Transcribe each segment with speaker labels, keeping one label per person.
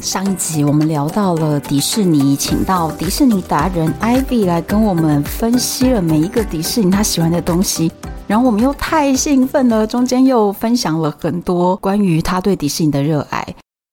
Speaker 1: 上一集我们聊到了迪士尼，请到迪士尼达人 Ivy 来跟我们分析了每一个迪士尼他喜欢的东西。然后我们又太兴奋了，中间又分享了很多关于他对迪士尼的热爱。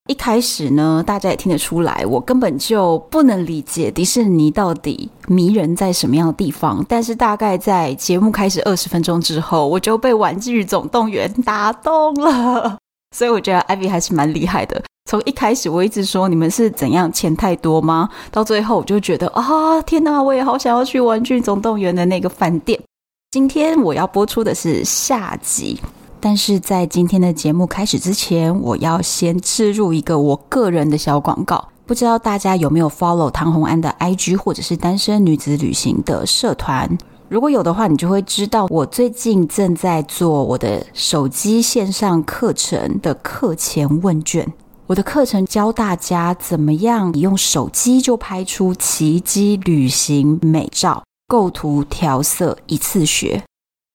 Speaker 1: 一开始呢，大家也听得出来，我根本就不能理解迪士尼到底迷人在什么样的地方。但是大概在节目开始二十分钟之后，我就被《玩具总动员》打动了。所以我觉得艾比还是蛮厉害的。从一开始我一直说你们是怎样钱太多吗？到最后我就觉得啊，天哪，我也好想要去《玩具总动员》的那个饭店。今天我要播出的是下集，但是在今天的节目开始之前，我要先置入一个我个人的小广告。不知道大家有没有 follow 唐红安的 IG 或者是单身女子旅行的社团？如果有的话，你就会知道我最近正在做我的手机线上课程的课前问卷。我的课程教大家怎么样用手机就拍出奇迹旅行美照，构图、调色一次学。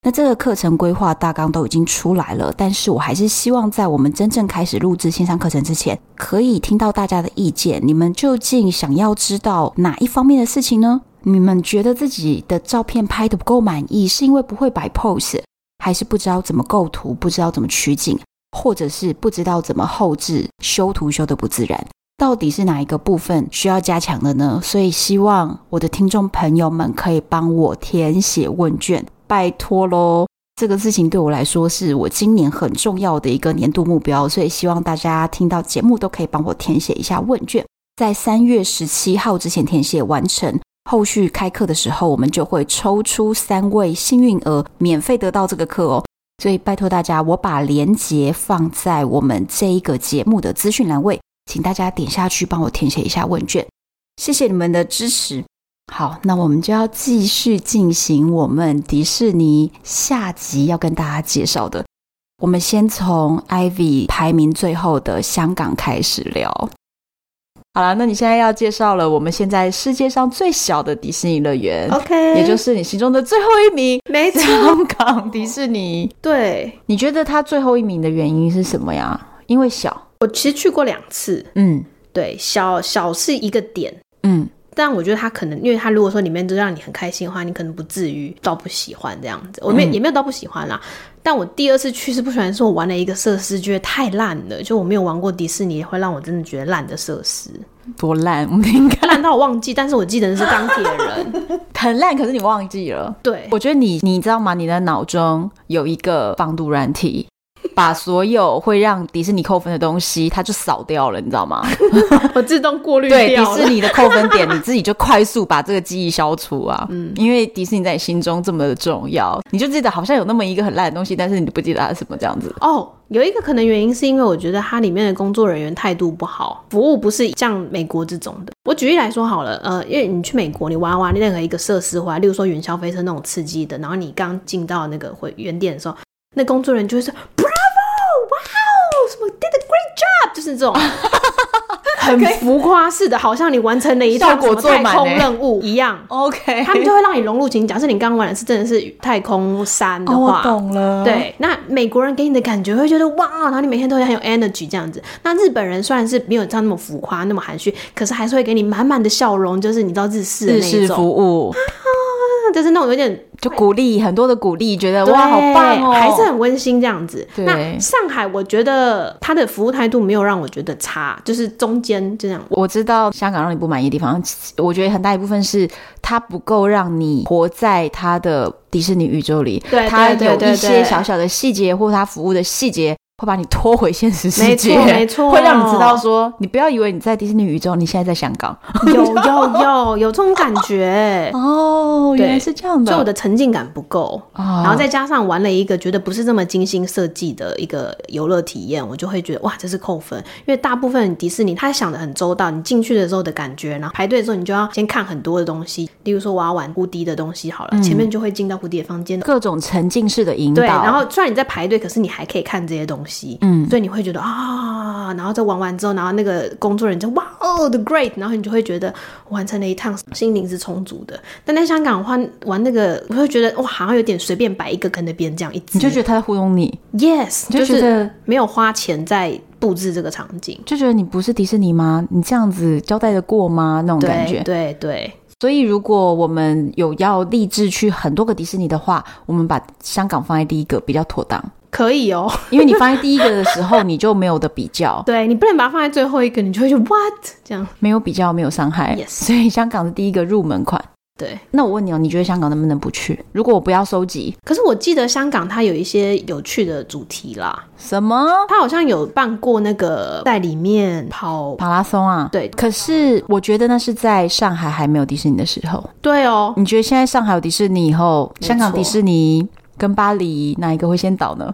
Speaker 1: 那这个课程规划大纲都已经出来了，但是我还是希望在我们真正开始录制线上课程之前，可以听到大家的意见。你们究竟想要知道哪一方面的事情呢？你们觉得自己的照片拍的不够满意，是因为不会摆 pose，还是不知道怎么构图，不知道怎么取景，或者是不知道怎么后置修图修的不自然？到底是哪一个部分需要加强的呢？所以希望我的听众朋友们可以帮我填写问卷，拜托喽！这个事情对我来说是我今年很重要的一个年度目标，所以希望大家听到节目都可以帮我填写一下问卷，在三月十七号之前填写完成。后续开课的时候，我们就会抽出三位幸运儿，免费得到这个课哦。所以拜托大家，我把链接放在我们这一个节目的资讯栏位，请大家点下去帮我填写一下问卷。谢谢你们的支持。好，那我们就要继续进行我们迪士尼下集要跟大家介绍的。我们先从 Ivy 排名最后的香港开始聊。好了，那你现在要介绍了我们现在世界上最小的迪士尼乐园
Speaker 2: OK，
Speaker 1: 也就是你心中的最后一名
Speaker 2: 没错，
Speaker 1: 香港迪士尼。
Speaker 2: 对
Speaker 1: 你觉得它最后一名的原因是什么呀？因为小，
Speaker 2: 我其实去过两次，
Speaker 1: 嗯
Speaker 2: 对，小小是一个点。
Speaker 1: 嗯
Speaker 2: 但我觉得他可能，因为他如果说里面都让你很开心的话，你可能不至于到不喜欢这样子。我没、也没有到不喜欢啦。但我第二次去是不喜欢，是我玩了一个设施，觉得太烂了。就我没有玩过迪士尼会让我真的觉得烂的设施，
Speaker 1: 多烂，我们应该
Speaker 2: 烂到我忘记。但是我记得是钢铁人，
Speaker 1: 很烂，可是你忘记了。
Speaker 2: 对，
Speaker 1: 我觉得你，你知道吗？你的脑中有一个防毒软体， 把所有会让迪士尼扣分的东西，它就扫掉了，你知道 吗？
Speaker 2: 我自动过滤
Speaker 1: 对，迪
Speaker 2: 掉
Speaker 1: 士
Speaker 2: 了。
Speaker 1: 尼的扣分点，你自己就快速把这个记忆消除啊。 嗯，因为迪士尼在你心中这么的重要，你就记得好像有那么一个很烂的东西，但是你不记得它是什么这样子。
Speaker 2: 哦，有一个可能原因是因为我觉得它里面的工作人员态度不好，服务不是像美国这种的。我举例来说好了，呃，因为你去美国，你玩玩任何一个设施回来，例如说云霄飞车那种刺激的，然后你刚进到那个回原点的时候，那工作人员就会说 “Bravo，哇哦，什么 did a great job”，就是这种 很浮夸式的，好像你完成了一
Speaker 1: 效
Speaker 2: 趟
Speaker 1: 果
Speaker 2: 什么
Speaker 1: 做
Speaker 2: 太
Speaker 1: 满
Speaker 2: 空
Speaker 1: 欸
Speaker 2: 任务一 样。
Speaker 1: OK，
Speaker 2: 他们就会让你融入情景。假设你刚玩的是真的是太空山的
Speaker 1: 哦，我
Speaker 2: 话，
Speaker 1: 懂了。，
Speaker 2: 对，那美国人给你的感觉会觉得哇，然后你每天都很有 energy 这样子。那日本人虽然是没有这样那么浮夸、那么含蓄，可是还是会给你满满的笑容，就是你知道日式的
Speaker 1: 日
Speaker 2: 那一
Speaker 1: 式服
Speaker 2: 种，
Speaker 1: 务
Speaker 2: 那就是那种有点
Speaker 1: 就鼓励很多的鼓励，觉得
Speaker 2: 对
Speaker 1: 哇，好棒哦，
Speaker 2: 还是很温馨这样子。
Speaker 1: 对
Speaker 2: 那上海，我觉得他的服务态度没有让我觉得差，就是中间这 样。
Speaker 1: 我知道香港让你不满意的地方，我觉得很大一部分是它不够让你活在它的迪士尼宇宙里。
Speaker 2: 对
Speaker 1: 它
Speaker 2: 对对
Speaker 1: 有
Speaker 2: 对
Speaker 1: 一些
Speaker 2: 对
Speaker 1: 小小的细节，或它服务的细节，会把你拖回现实世界，
Speaker 2: 没错没错
Speaker 1: 会让你知道说，你不要以为你在迪士尼宇宙，你现在在香港。，
Speaker 2: 有有有有这种感觉
Speaker 1: 哦，
Speaker 2: 对
Speaker 1: 原来是这样的。
Speaker 2: 所以我的沉浸感不够。
Speaker 1: 哦，
Speaker 2: 然后再加上玩了一个觉得不是这么精心设计的一个游乐体验，我就会觉得哇，这是扣分。因为大部分迪士尼他想的很周到，你进去的时候的感觉，然后排队的时候你就要先看很多的东西，例如说我要玩蝴蝶的东西好了，前面就会进到蝴蝶房间。
Speaker 1: 各种沉浸式的引导，
Speaker 2: 对，然后虽然你在排队，可是你还可以看这些东西，
Speaker 1: 嗯，
Speaker 2: 所以你会觉得啊，然后再玩完之后，然后那个工作人员就哇哦，the great，然后你就会觉得完成了一趟，心灵是充足的。但在香港的话，玩那个我会觉得哇，好像有点随便摆一个跟那边这样一直，
Speaker 1: 你就觉得他在糊弄你，
Speaker 2: yes，
Speaker 1: 你就
Speaker 2: 就
Speaker 1: 觉
Speaker 2: 是
Speaker 1: 得
Speaker 2: 没有花钱在布置这个场景，
Speaker 1: 就觉得你不是迪士尼吗？你这样子交代的过吗？那种感
Speaker 2: 对
Speaker 1: 觉。
Speaker 2: 对对，
Speaker 1: 所以，如果我们有要立志去很多个迪士尼的话，我们把香港放在第一个比较妥当，
Speaker 2: 可以哦。
Speaker 1: 因为你放在第一个的时候，你就没有的比较，
Speaker 2: 对你不能把它放在最后一个，你就会觉得 what 这样，
Speaker 1: 没有比较，没有伤害。
Speaker 2: Yes
Speaker 1: 所以，香港是第一个入门款。
Speaker 2: 对。
Speaker 1: 那我问你哦，你觉得香港能不能不去？如果我不要收集
Speaker 2: 可是我记得香港它有一些有趣的主题啦，
Speaker 1: 什么
Speaker 2: 他好像有办过那个在里面跑，
Speaker 1: 马拉松啊，
Speaker 2: 对
Speaker 1: 可是我觉得那是在上海还没有迪士尼的时候。
Speaker 2: 对哦，
Speaker 1: 你觉得现在上海有迪士尼以后，
Speaker 2: 没错
Speaker 1: 香港迪士尼跟巴黎哪一个会先倒 呢？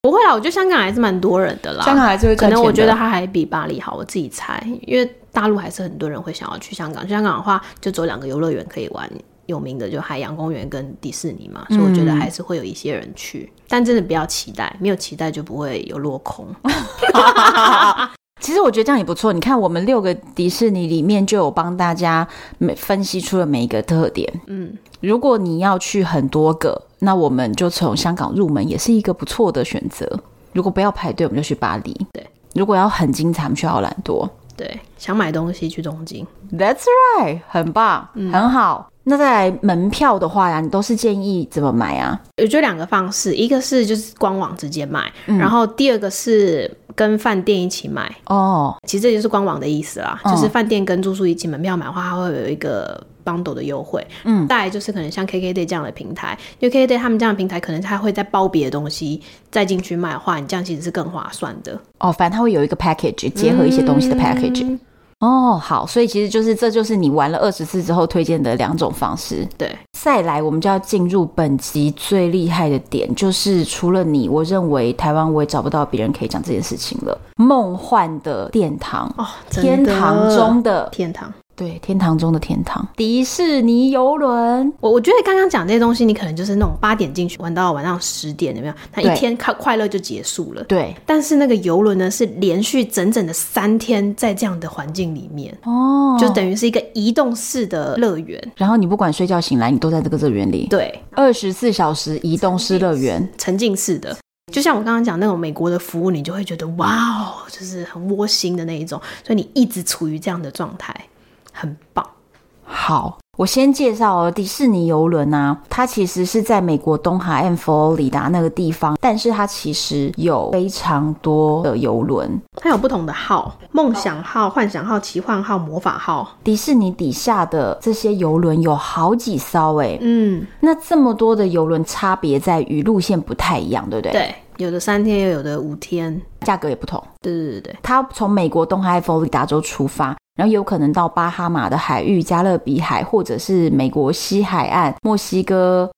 Speaker 2: 不会啦，我觉得香港还是蛮多人的啦。
Speaker 1: 香港还是会
Speaker 2: 可
Speaker 1: 赚钱
Speaker 2: 能
Speaker 1: 的
Speaker 2: 我觉得它还比巴黎好，我自己猜，因为大陆还是很多人会想要去香港。香港的话，就只有两个游乐园可以玩，有名的就海洋公园跟迪士尼嘛，所以我
Speaker 1: 嗯
Speaker 2: 觉得还是会有一些人去，但真的不要期待，没有期待就不会有落空。
Speaker 1: 嗯 其实我觉得这样也不错。你看，我们六个迪士尼里面就有帮大家每分析出了每一个特点。
Speaker 2: 嗯，
Speaker 1: 如果你要去很多个，那我们就从香港入门，也是一个不错的选择。如果不要排队，我们就去巴黎。
Speaker 2: 对，
Speaker 1: 如果要很精彩，我们去奥兰多。
Speaker 2: 对，想买东西去东京，
Speaker 1: That's right，很棒，
Speaker 2: 嗯
Speaker 1: 很好。那再来门票的话呀，你都是建议怎么买啊？
Speaker 2: 我觉得两个方式，一个是就是官网直接买，
Speaker 1: 嗯
Speaker 2: 然后第二个是跟饭店一起买。
Speaker 1: 哦，
Speaker 2: 其实这就是官网的意思啦，
Speaker 1: 嗯
Speaker 2: 就是饭店跟住宿一起门票买的话，它会有一个 bundle 的优惠。
Speaker 1: 嗯，
Speaker 2: 再来就是可能像 KKday 这样的平台，因为 KKday 他们这样的平台，可能它会再包别的东西再进去卖的话，你这样其实是更划算的。
Speaker 1: 哦，反正它会有一个 package，结合一些东西的 package。
Speaker 2: 嗯
Speaker 1: 哦，好，所以其实就是这就是你玩了二十次之后推荐的两种方式。
Speaker 2: 对，
Speaker 1: 再来，我们就要进入本集最厉害的点，就是除了你，我认为台湾我也找不到别人可以讲这件事情了。梦幻的殿堂，
Speaker 2: 哦，真
Speaker 1: 天
Speaker 2: 的
Speaker 1: 堂中的
Speaker 2: 天堂。
Speaker 1: 对，天堂中的天堂，迪士尼游轮。
Speaker 2: 我我觉得刚刚讲这些东西，你可能就是那种八点进去玩到晚上十点，有没有？那
Speaker 1: 对
Speaker 2: 一天快快乐就结束了。
Speaker 1: 对，
Speaker 2: 但是那个游轮呢，是连续整整的三天在这样的环境里面，
Speaker 1: 哦，
Speaker 2: 就等于是一个移动式的乐园。
Speaker 1: 然后你不管睡觉醒来，你都在这个乐园里，
Speaker 2: 对，
Speaker 1: 二十四小时移动式乐园。
Speaker 2: 沉浸式的。就像我刚刚讲那种美国的服务，你就会觉得哇哦，就是很窝心的那一种，所以你一直处于这样的状态，很棒。
Speaker 1: 好，我先介绍哦，迪士尼游轮啊，它其实是在美国东海岸佛罗里达那个地方，但是它其实有非常多的游轮。
Speaker 2: 它有不同的号，梦想号、幻想号、奇幻号、魔法号。
Speaker 1: 迪士尼底下的这些游轮有好几艘诶、
Speaker 2: 嗯，
Speaker 1: 那这么多的游轮差别在于路线不太一样，对不对？，
Speaker 2: 对，有的三天，有的五天。
Speaker 1: 价格也不同。
Speaker 2: 对对对对，
Speaker 1: 它从美国东海岸佛罗里达州出发，然后有可能到巴哈马的海域、加勒比海，或者是美国西海岸、墨西哥、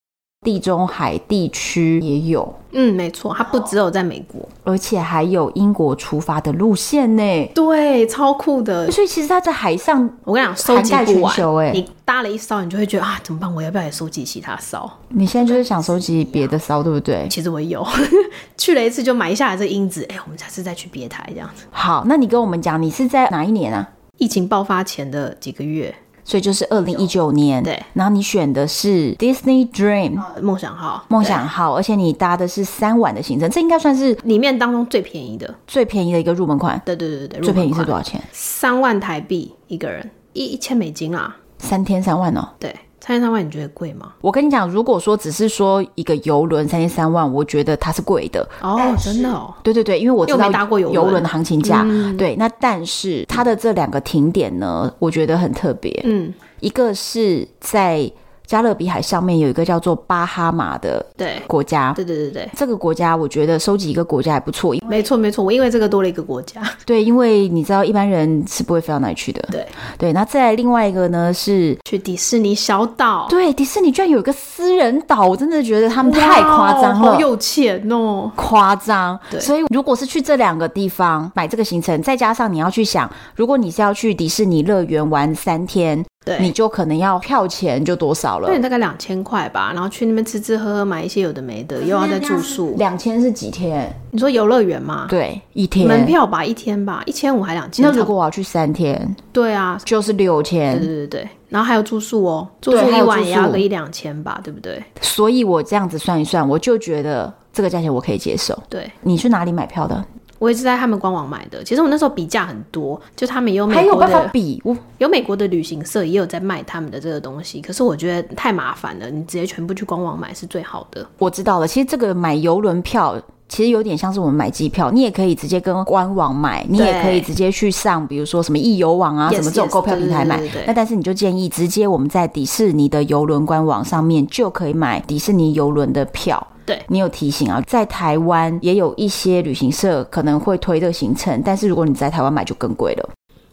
Speaker 1: 地中海地区也有，
Speaker 2: 嗯，没错，它不只有在美国。
Speaker 1: 而且还有英国出发的路线呢。
Speaker 2: 对，超酷的。
Speaker 1: 所以其实它在海上
Speaker 2: 我跟你讲，收集
Speaker 1: 涵盖
Speaker 2: 不
Speaker 1: 全
Speaker 2: 完。
Speaker 1: 球哎、
Speaker 2: 你搭了一艘，你就会觉得啊，怎么办？我要不要也收集其他艘？
Speaker 1: 你现在就是想收集别的骚，对不对？
Speaker 2: 其实我也有 去了一次，就埋下了这个因子。哎、我们下次再去别台这样子。
Speaker 1: 好，那你跟我们讲，你是在哪一年啊？
Speaker 2: 疫情爆发前的几个月，
Speaker 1: 所以就是二零一九年，
Speaker 2: 对。
Speaker 1: 然后你选的是 Disney Dream
Speaker 2: 呃梦想号
Speaker 1: 梦想号，而且你搭的是三晚的行程，这应该算是
Speaker 2: 对里面当中最便宜的，
Speaker 1: 最便宜的一个入门款。
Speaker 2: 对对对对，
Speaker 1: 最便宜是多
Speaker 2: 少？
Speaker 1: 少钱？
Speaker 2: 三万台币一个人，一一千美金啦。
Speaker 1: 三天三万哦。
Speaker 2: 对，三千三万，你觉得贵吗？
Speaker 1: 我跟你讲，如果说只是说一个游轮三天三万，我觉得它是贵的。
Speaker 2: 哦，真的哦，
Speaker 1: 对对对，因为我知
Speaker 2: 因为
Speaker 1: 道
Speaker 2: 我没搭过游轮嗯
Speaker 1: 游轮的行情价。对，那但是它的这两个停点呢，我觉得很特别。
Speaker 2: 嗯，
Speaker 1: 一个是在加勒比海上面有一个叫做巴哈马的
Speaker 2: 对，
Speaker 1: 国家。
Speaker 2: 对对对对，
Speaker 1: 这个国家我觉得收集一个国家还不错，因
Speaker 2: 没错没错，我因为这个多了一个国家，
Speaker 1: 对，因为你知道一般人是不会飞到哪里去的。
Speaker 2: 对
Speaker 1: 对，那再来另外一个呢是，
Speaker 2: 去迪士尼小岛，
Speaker 1: 对，迪士尼居然有一个私人岛，我真的觉得他们太夸张
Speaker 2: 哇哦
Speaker 1: 了
Speaker 2: 好。有钱哦。
Speaker 1: 夸张，
Speaker 2: 对
Speaker 1: 所以如果是去这两个地方买这个行程，再加上你要去想，如果你是要去迪士尼乐园玩三天，
Speaker 2: 对，
Speaker 1: 你就可能要票钱就多少了
Speaker 2: 那？你大概两千块吧，然后去那边吃吃喝喝，买一些有的没的，又要再住宿。
Speaker 1: 两千是几天？
Speaker 2: 你说游乐园吗？
Speaker 1: 对，一天。
Speaker 2: 门票吧，一天吧，一千五还两千。
Speaker 1: 那如果我要去三天，
Speaker 2: 对啊，
Speaker 1: 就是六
Speaker 2: 对
Speaker 1: 千。
Speaker 2: 对对对，然后还有住宿哦，住
Speaker 1: 对
Speaker 2: 宿
Speaker 1: 还
Speaker 2: 一
Speaker 1: 有
Speaker 2: 晚
Speaker 1: 住
Speaker 2: 也要
Speaker 1: 宿
Speaker 2: 个一两千吧，对不对？
Speaker 1: 所以我这样子算一算，我就觉得这个价钱我可以接受。
Speaker 2: 对，
Speaker 1: 你去哪里买票的？
Speaker 2: 我也是在他们官网买的。其实我那时候比价很多，就他们有
Speaker 1: 还
Speaker 2: 美
Speaker 1: 有
Speaker 2: 国
Speaker 1: 办法
Speaker 2: 的，
Speaker 1: 比？我
Speaker 2: 有美国的旅行社也有在卖他们的这个东西，可是我觉得太麻烦了，你直接全部去官网买是最好的。
Speaker 1: 我知道了，其实这个买游轮票。其实有点像是我们买机票，你也可以直接跟官网买，你也可以直接去上，比如说什么易游网啊
Speaker 2: Yes,
Speaker 1: 什么这种
Speaker 2: yes，
Speaker 1: 购票平台买。
Speaker 2: 对对对对对
Speaker 1: 那但是你就建议直接我们在迪士尼的游轮官网上面就可以买迪士尼游轮的票。
Speaker 2: 对
Speaker 1: 你有提醒啊，在台湾也有一些旅行社可能会推这个行程，但是如果你在台湾买就更贵了，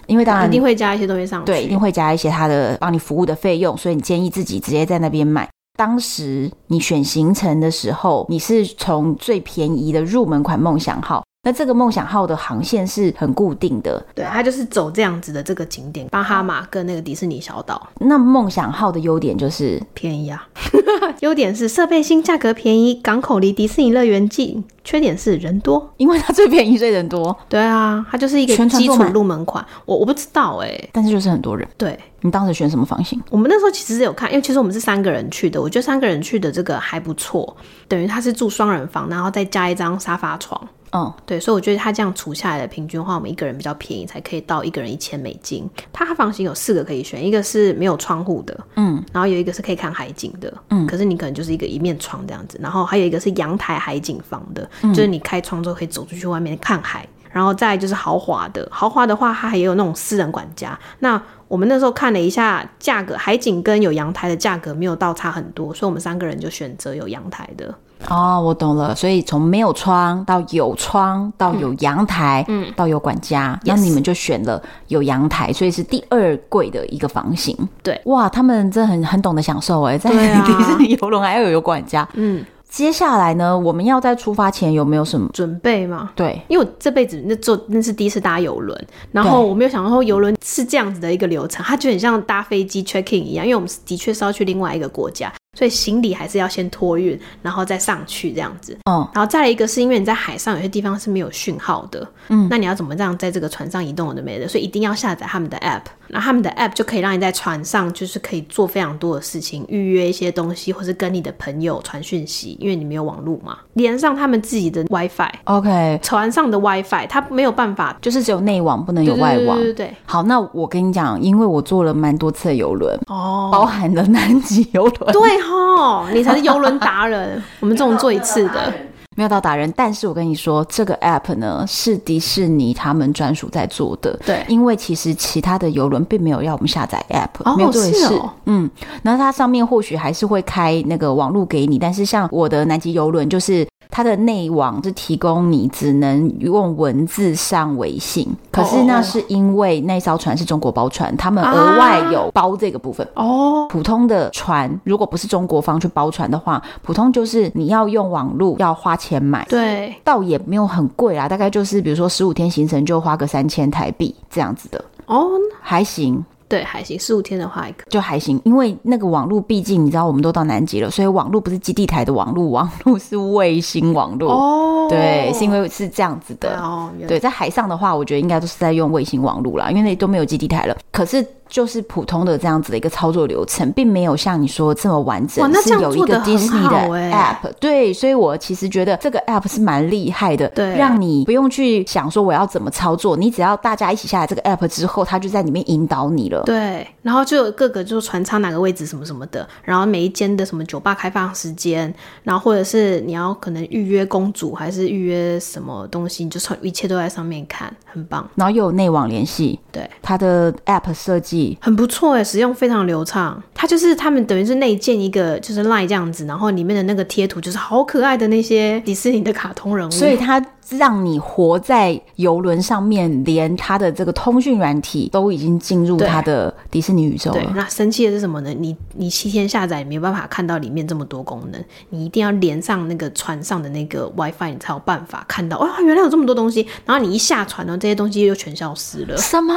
Speaker 1: 因为当然
Speaker 2: 一定会加一些东西上去。
Speaker 1: 对，一定会加一些他的帮你服务的费用，所以你建议自己直接在那边买。当时你选行程的时候，你是从最便宜的入门款梦想号，那这个梦想号的航线是很固定的。
Speaker 2: 对，它就是走这样子的这个景点，巴哈马跟那个迪士尼小岛
Speaker 1: 那梦想号的优点就是，
Speaker 2: 便宜啊。 优点是设备新，价格便宜，港口离迪士尼乐园近。缺点是人多。
Speaker 1: 因为它最便宜，所以人多，
Speaker 2: 对啊，它就是一个
Speaker 1: 全团
Speaker 2: 基
Speaker 1: 坐
Speaker 2: 础
Speaker 1: 满
Speaker 2: 入门款。我我不知道哎、
Speaker 1: 但是就是很多人。
Speaker 2: 对
Speaker 1: 你当时选什么房型？
Speaker 2: 我们那时候其实是有看，因为其实我们是三个人去的，我觉得三个人去的这个还不错，等于他是住双人房，然后再加一张沙发床。
Speaker 1: 嗯，
Speaker 2: 对，所以我觉得他这样除下来的平均的话，我们一个人比较便宜，才可以到一个人一千美金。它房型有四个可以选，一个是没有窗户的，嗯，然后有一个是可以看海景的，嗯，可是你可能就是一个一面窗这样子，然后还有一个是阳台海景房的，就是你开窗之后可以走出去外面看海。然后再来就是豪华的，豪华的话它还有那种私人管家。那我们那时候看了一下价格，海景跟有阳台的价格没有到差很多，所以我们三个人就选择有阳台的。
Speaker 1: 哦，我懂了。所以从没有窗到有窗，到有阳台，嗯，到有管家，然后
Speaker 2: Yes
Speaker 1: 你们就选了有阳台，所以是第二贵的一个房型。
Speaker 2: 对，
Speaker 1: 哇，他们真的很很懂得享受哎，在
Speaker 2: 对 啊
Speaker 1: 迪士尼游轮还要有管家。
Speaker 2: 嗯，
Speaker 1: 接下来呢，我们要在出发前有没有什么？
Speaker 2: 准备嘛，
Speaker 1: 对，
Speaker 2: 因为我这辈子那坐那是第一次搭游轮，然后
Speaker 1: 对
Speaker 2: 我没有想到说游轮是这样子的一个流程，它就很像搭飞机 check in 一样，因为我们的确是要去另外一个国家，所以行李还是要先托运，然后再上去这样子。
Speaker 1: 嗯，
Speaker 2: 然后再来一个是因为你在海上有些地方是没有讯号的，嗯，那你要怎么这样在这个船上移动我都没的，所以一定要下载他们的 app，那他们的 app 就可以让你在船上就是可以做非常多的事情，预约一些东西，或是跟你的朋友传讯息，因为你没有网络嘛，连上他们自己的 WiFi。
Speaker 1: OK，
Speaker 2: 船上的 WiFi，它没有办法
Speaker 1: 就是只有内网，不能有外网。
Speaker 2: 对对对对
Speaker 1: 好，那我跟你讲，因为我坐了蛮多次的游轮，
Speaker 2: 哦，
Speaker 1: 包含了南极游轮，
Speaker 2: 对吼，你才是游轮达人，我们这种做一次 的，
Speaker 1: 没有到达人。但是我跟你说，这个 app 呢是迪士尼他们专属在做的。
Speaker 2: 对
Speaker 1: 因为其实其他的游轮并没有要我们下载 app，、
Speaker 2: 哦
Speaker 1: 没有做
Speaker 2: 是
Speaker 1: 事。
Speaker 2: 哦
Speaker 1: 嗯，然后它上面或许还是会开那个网路给你，但是像我的南极游轮就是。它的内网是提供你只能用文字上微信，可是
Speaker 2: 哦
Speaker 1: 那
Speaker 2: 哦
Speaker 1: 是因为那艘船是中国包船，他们额外
Speaker 2: 啊
Speaker 1: 有包这个部分。
Speaker 2: 哦，
Speaker 1: 普通的船，如果不是中国方去包船的话，普通就是你要用网路，要花钱买。
Speaker 2: 对，
Speaker 1: 倒也没有很贵啦，大概就是比如说十五天行程就花个三千台币这样子的，
Speaker 2: 哦，
Speaker 1: 还行，
Speaker 2: 对，还行，十五天的话还可以，
Speaker 1: 就还行。因为那个网路，毕竟你知道我们都到南极了，所以网路不是基地台的网路，网路是卫星网路。
Speaker 2: 哦
Speaker 1: 对，是因为是这样子的。
Speaker 2: 哦，原来
Speaker 1: 对，在海上的话，我觉得应该都是在用卫星网络啦，因为那里都没有基地台了。可是就是普通的这样子的一个操作流程，并没有像你说这么完整
Speaker 2: 哇，那
Speaker 1: 是
Speaker 2: 这样
Speaker 1: 有一
Speaker 2: 做
Speaker 1: 个
Speaker 2: 得
Speaker 1: 迪
Speaker 2: 很
Speaker 1: 士尼的
Speaker 2: 好欸
Speaker 1: app、对，所以我其实觉得这个 app 是蛮厉害的，
Speaker 2: 对
Speaker 1: 让你不用去想说我要怎么操作，你只要大家一起下载这个 app 之后，它就在里面引导你了。
Speaker 2: 对，然后就有各个就是船舱哪个位置什么什么的，然后每一间的什么酒吧开放时间，然后或者是你要可能预约公主还是预约什么东西，你就从一切都在上面看，很棒，
Speaker 1: 然后又有内网联系，
Speaker 2: 对。
Speaker 1: 它的 App 设计意？
Speaker 2: 很不错哎，使用非常流畅。它就是他们等于是内建一个就是 Line 这样子，然后里面的那个贴图就是好可爱的那些迪士尼的卡通人物，
Speaker 1: 所以它让你活在游轮上面，连它的这个通讯软体都已经进入
Speaker 2: 对
Speaker 1: 它的迪士尼宇宙
Speaker 2: 对，
Speaker 1: 了。
Speaker 2: 那生气的是什么呢？你你七天下载没有办法看到里面这么多功能，你一定要连上那个船上的那个 WiFi，你才有办法看到。哇、哦原来有这么多东西！然后你一下船呢，这些东西又全消失了，
Speaker 1: 什么？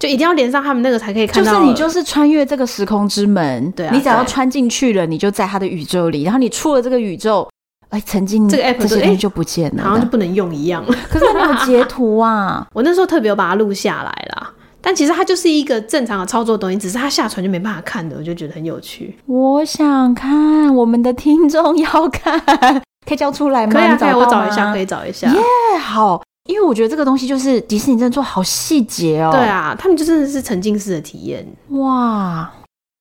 Speaker 2: 就一定要连上他们那个才可以看
Speaker 1: 就
Speaker 2: 到。
Speaker 1: 是你就是穿越这个时空之门，
Speaker 2: 对啊
Speaker 1: 你只要
Speaker 2: 对
Speaker 1: 穿进去了，你就在它的宇宙里，然后你出了这个宇宙，哎，曾经
Speaker 2: 这个 app
Speaker 1: 这些
Speaker 2: 就
Speaker 1: 东西
Speaker 2: 哎
Speaker 1: 就不见了。
Speaker 2: 好像就不能用一样。，
Speaker 1: 可是 它没有截图啊
Speaker 2: 我那时候特别有把它录下来啦。但其实它就是一个正常的操作东西，只是它下船就没办法看的，我就觉得很有趣。
Speaker 1: 我想看，我们的听众要看，可以交出来吗？
Speaker 2: 可以啊，
Speaker 1: 你
Speaker 2: 可以啊，我
Speaker 1: 到
Speaker 2: 找
Speaker 1: 吗
Speaker 2: 一下，可以找一下。
Speaker 1: 哎，好，因为我觉得这个东西就是迪士尼真的做好细节哦。
Speaker 2: 对，啊，他们就真的是沉浸式的体验。
Speaker 1: 哇。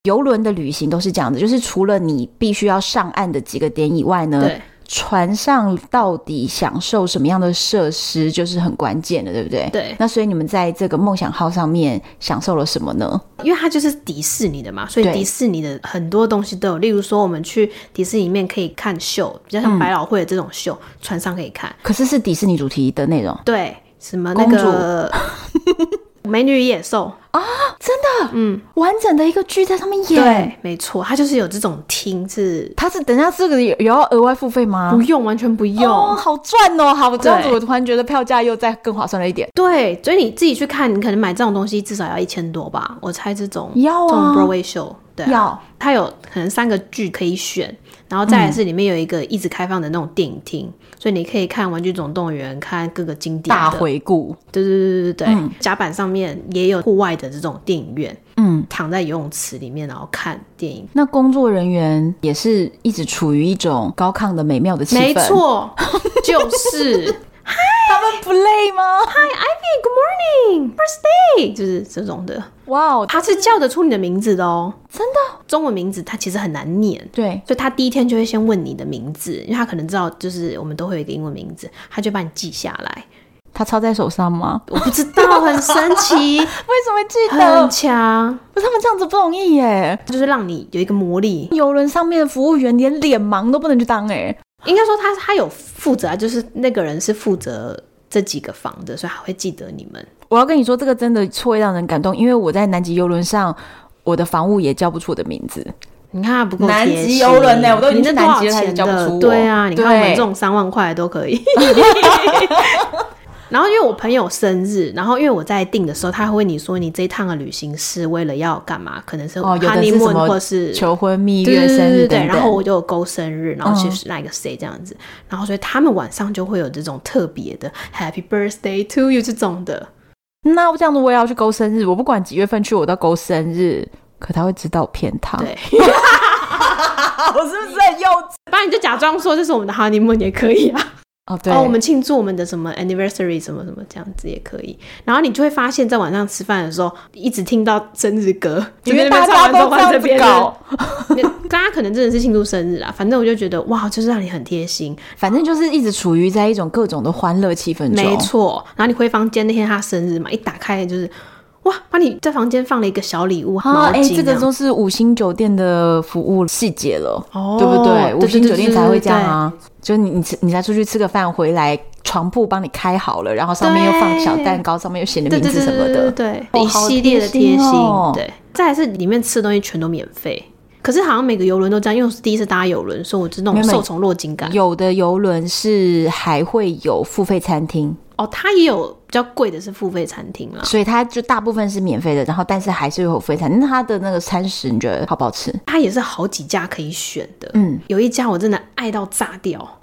Speaker 1: 游轮的旅行都是这样子，就是除了你必须要上岸的几个点以外呢，
Speaker 2: 对
Speaker 1: 船上到底享受什么样的设施，就是很关键的，对不对？。
Speaker 2: 对，
Speaker 1: 那所以你们在这个梦想号上面享受了什么呢？
Speaker 2: 因为它就是迪士尼的嘛，所以
Speaker 1: 对
Speaker 2: 迪士尼的很多东西都有。例如说，我们去迪士尼里面可以看秀，比较像百老汇的这种秀，船上可以看。
Speaker 1: 可是是迪士尼主题的内容，
Speaker 2: 对，什么那
Speaker 1: 公
Speaker 2: 个 美女与野兽，
Speaker 1: 完整的一个剧在上面演。，
Speaker 2: 对，没错，它就是有这种厅是
Speaker 1: 他是等一下这个也也要额外付费吗？
Speaker 2: 不用，完全不用。
Speaker 1: 哦，好赚哦！好，这样子
Speaker 2: 对
Speaker 1: 我突然觉得票价又再更划算了一点。
Speaker 2: 对，所以你自己去看，你可能买这种东西至少要一千多吧，我猜这种
Speaker 1: 要啊
Speaker 2: 这种 Broadway show，对、啊，
Speaker 1: 要
Speaker 2: 它有可能三个剧可以选，然后
Speaker 1: 嗯
Speaker 2: 再来是里面有一个一直开放的那种电影厅，所以你可以看《玩具总动员》，看各个经典
Speaker 1: 大嗯
Speaker 2: 的
Speaker 1: 回顾，
Speaker 2: 对对对对对对，甲板上面也有户外的这种电影院，
Speaker 1: 嗯，
Speaker 2: 躺在游泳池里面然后看电影。
Speaker 1: 那工作人员也是一直处于一种高亢的美妙的气氛，
Speaker 2: 没，错，就是
Speaker 1: 他们不累吗？
Speaker 2: Hey, Good morning, first day，就是这种的，
Speaker 1: 哇哦，
Speaker 2: 它是叫得出你的名字的哦。
Speaker 1: 真的
Speaker 2: 中文名字它其实很难念，
Speaker 1: 对，
Speaker 2: 所以他第一天就会先问你的名字，因为他可能知道就是我们都会有一个英文名字，他就把你记下来。
Speaker 1: 他抄在手上吗？
Speaker 2: 我不知道，很神 奇，
Speaker 1: 为什么记
Speaker 2: 很？强，
Speaker 1: 不是他们这样子不容易耶。
Speaker 2: 就是让你有一个魔力。
Speaker 1: 游轮上面的服务员连脸盲都不能去当哎，
Speaker 2: 应该说他他有负责啊，就是那个人是负责这几个房的，所以他会记得你们。
Speaker 1: 我要跟你说，这个真的会让人感动，因为我在南极游轮上，我的房务也叫不出我的名字。
Speaker 2: 你看他不够
Speaker 1: 南
Speaker 2: 贴
Speaker 1: 极
Speaker 2: 心
Speaker 1: 游轮欸呢我都已经去
Speaker 2: 你那多
Speaker 1: 南
Speaker 2: 少
Speaker 1: 极了他也
Speaker 2: 钱
Speaker 1: 叫不
Speaker 2: 的
Speaker 1: 出我
Speaker 2: 对啊，你看我们
Speaker 1: 对
Speaker 2: 这种三万块都 可以。然后因为我朋友生日，然后因为我在订的时候，他会问你说你这一趟的旅行是为了要干嘛？可能是
Speaker 1: 哦有的是什
Speaker 2: honeymoon
Speaker 1: 么
Speaker 2: 或是
Speaker 1: 求婚、蜜
Speaker 2: 对
Speaker 1: 月、
Speaker 2: 对
Speaker 1: 生
Speaker 2: 对
Speaker 1: 日
Speaker 2: 对对，
Speaker 1: 等
Speaker 2: 然后
Speaker 1: 等。
Speaker 2: 我就有勾生日，然后去是那个谁这样子，然后所以他们晚上就会有这种特别的 Happy Birthday to you 这种的，
Speaker 1: 那这样子我也要去勾生日，我不管几月份去，我都勾生日。可他会知道我骗他，
Speaker 2: 对，
Speaker 1: 我是不是很幼稚？
Speaker 2: 不然你就假装说这是我们的 honeymoon 也可以啊，
Speaker 1: 哦，对，
Speaker 2: 哦，我们庆祝我们的什么 anniversary 什么什么这样子也可以，然后你就会发现在晚上吃饭的时候一直听到生日歌，
Speaker 1: 因为
Speaker 2: 就在
Speaker 1: 大家
Speaker 2: 那边唱完
Speaker 1: 都
Speaker 2: 之
Speaker 1: 这
Speaker 2: 后换
Speaker 1: 样
Speaker 2: 这
Speaker 1: 子
Speaker 2: 边
Speaker 1: 搞
Speaker 2: 的，，那大家可能真的是庆祝生日啦，反正我就觉得哇，就是让你很贴心，
Speaker 1: 反正就是一直处于在一种各种的欢乐气氛中。
Speaker 2: 没错，然后你回房间那天他生日嘛，一打开就是哇，把你在房间放了一个小礼物，
Speaker 1: 啊，
Speaker 2: 毛
Speaker 1: 哎、
Speaker 2: 巾
Speaker 1: 这个
Speaker 2: 样
Speaker 1: 都是五星酒店的服务细节了，
Speaker 2: 哦
Speaker 1: 对不对？五星
Speaker 2: 对
Speaker 1: 酒店才会这样啊，就你你吃你才出去吃个饭回来，床铺帮你开好了，然后上面又放小蛋糕，上面又写你的
Speaker 2: 对
Speaker 1: 名
Speaker 2: 对
Speaker 1: 字
Speaker 2: 对
Speaker 1: 什么
Speaker 2: 对对
Speaker 1: 的。
Speaker 2: 对，
Speaker 1: 哦
Speaker 2: 一
Speaker 1: 好
Speaker 2: 系
Speaker 1: 贴
Speaker 2: 列的
Speaker 1: 心
Speaker 2: 贴心，
Speaker 1: 哦
Speaker 2: 对，再来是里面吃的东西全都免费。可是好像每个游轮都这样，因为我是第一次搭游轮，所以我是那
Speaker 1: 没有
Speaker 2: 种
Speaker 1: 没有
Speaker 2: 受宠若惊感。
Speaker 1: 有的游轮是还会有付费餐厅，
Speaker 2: 哦，它也有比较贵的是付费餐厅啦，
Speaker 1: 所以它就大部分是免费的，然后但是还是会有付费餐厅。那它的那个餐食你觉得好不好吃？
Speaker 2: 它也是好几家可以选的。
Speaker 1: 嗯，
Speaker 2: 有一家我真的爱到炸掉，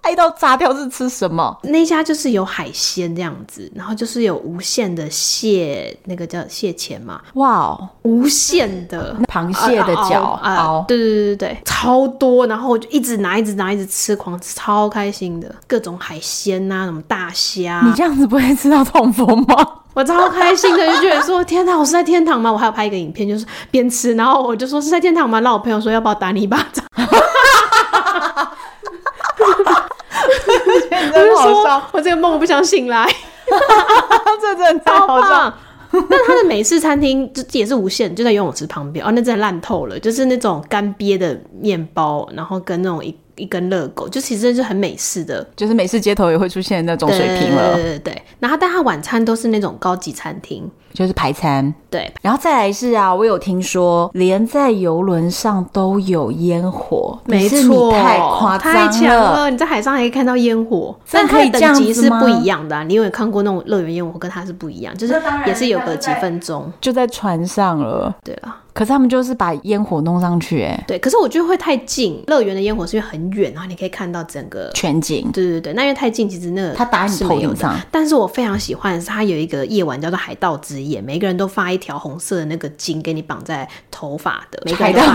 Speaker 1: 爱到炸掉是吃什么？
Speaker 2: 那一家就是有海鲜这样子，然后就是有无限的蟹，那个叫蟹钳嘛，
Speaker 1: 哇哦，
Speaker 2: 无限的
Speaker 1: 那螃蟹的脚
Speaker 2: 啊啊
Speaker 1: 熬
Speaker 2: 对对对对对，超多，然后我就一直拿，一直拿，一直吃，狂吃，超开心的，各种海鲜啊呐、什么大虾，啊
Speaker 1: 你这样子不会吃到痛风吗？
Speaker 2: 我超开心的，就觉得说天哪，我是在天堂吗？我还有拍一个影片，就是边吃，然后我就说是在天堂吗？然后我朋友说要不要打你一巴掌，
Speaker 1: 你
Speaker 2: 我就说，我这个梦我不想醒来，
Speaker 1: 这真的
Speaker 2: 超棒。 那它的美式餐厅就也是无限，就在游泳池旁边哦，那真的烂透了，就是那种干瘪的面包，然后跟那种一一根热狗，就其实就是很美式的
Speaker 1: 就是美式街头也会出现那种水平了
Speaker 2: 对，对对对。然后，但它晚餐都是那种高级餐厅，
Speaker 1: 就是排餐。
Speaker 2: 对，
Speaker 1: 然后再来是啊，我有听说连在游轮上都有烟火，
Speaker 2: 没
Speaker 1: 迪士尼
Speaker 2: 错，
Speaker 1: 太夸张
Speaker 2: 太强了！你在海上还可以看到烟火，
Speaker 1: 真
Speaker 2: 但
Speaker 1: 的
Speaker 2: 它
Speaker 1: 可以
Speaker 2: 的
Speaker 1: 这样
Speaker 2: 等
Speaker 1: 子吗
Speaker 2: 级是不一样的、啊。你有没有看过那种乐园烟火，跟它是不一样，就是
Speaker 1: 那当然
Speaker 2: 也是有个
Speaker 1: 但是
Speaker 2: 几
Speaker 1: 在
Speaker 2: 分钟，
Speaker 1: 就在船上了。
Speaker 2: 对啊，
Speaker 1: 可是他们就是把烟火弄上去、哎，
Speaker 2: 对。可是我觉得会太近，乐园的烟火是因为很远，然后你可以看到整个。
Speaker 1: 全景，
Speaker 2: 对对对，那因为太近，其实那个
Speaker 1: 他打你
Speaker 2: 是
Speaker 1: 头
Speaker 2: 没有
Speaker 1: 顶
Speaker 2: 的。
Speaker 1: 上，
Speaker 2: 但是我非常喜欢的是，它有一个夜晚叫做海盗之夜，每个人都发一条红色的那个巾给你绑在头发的，每个人都发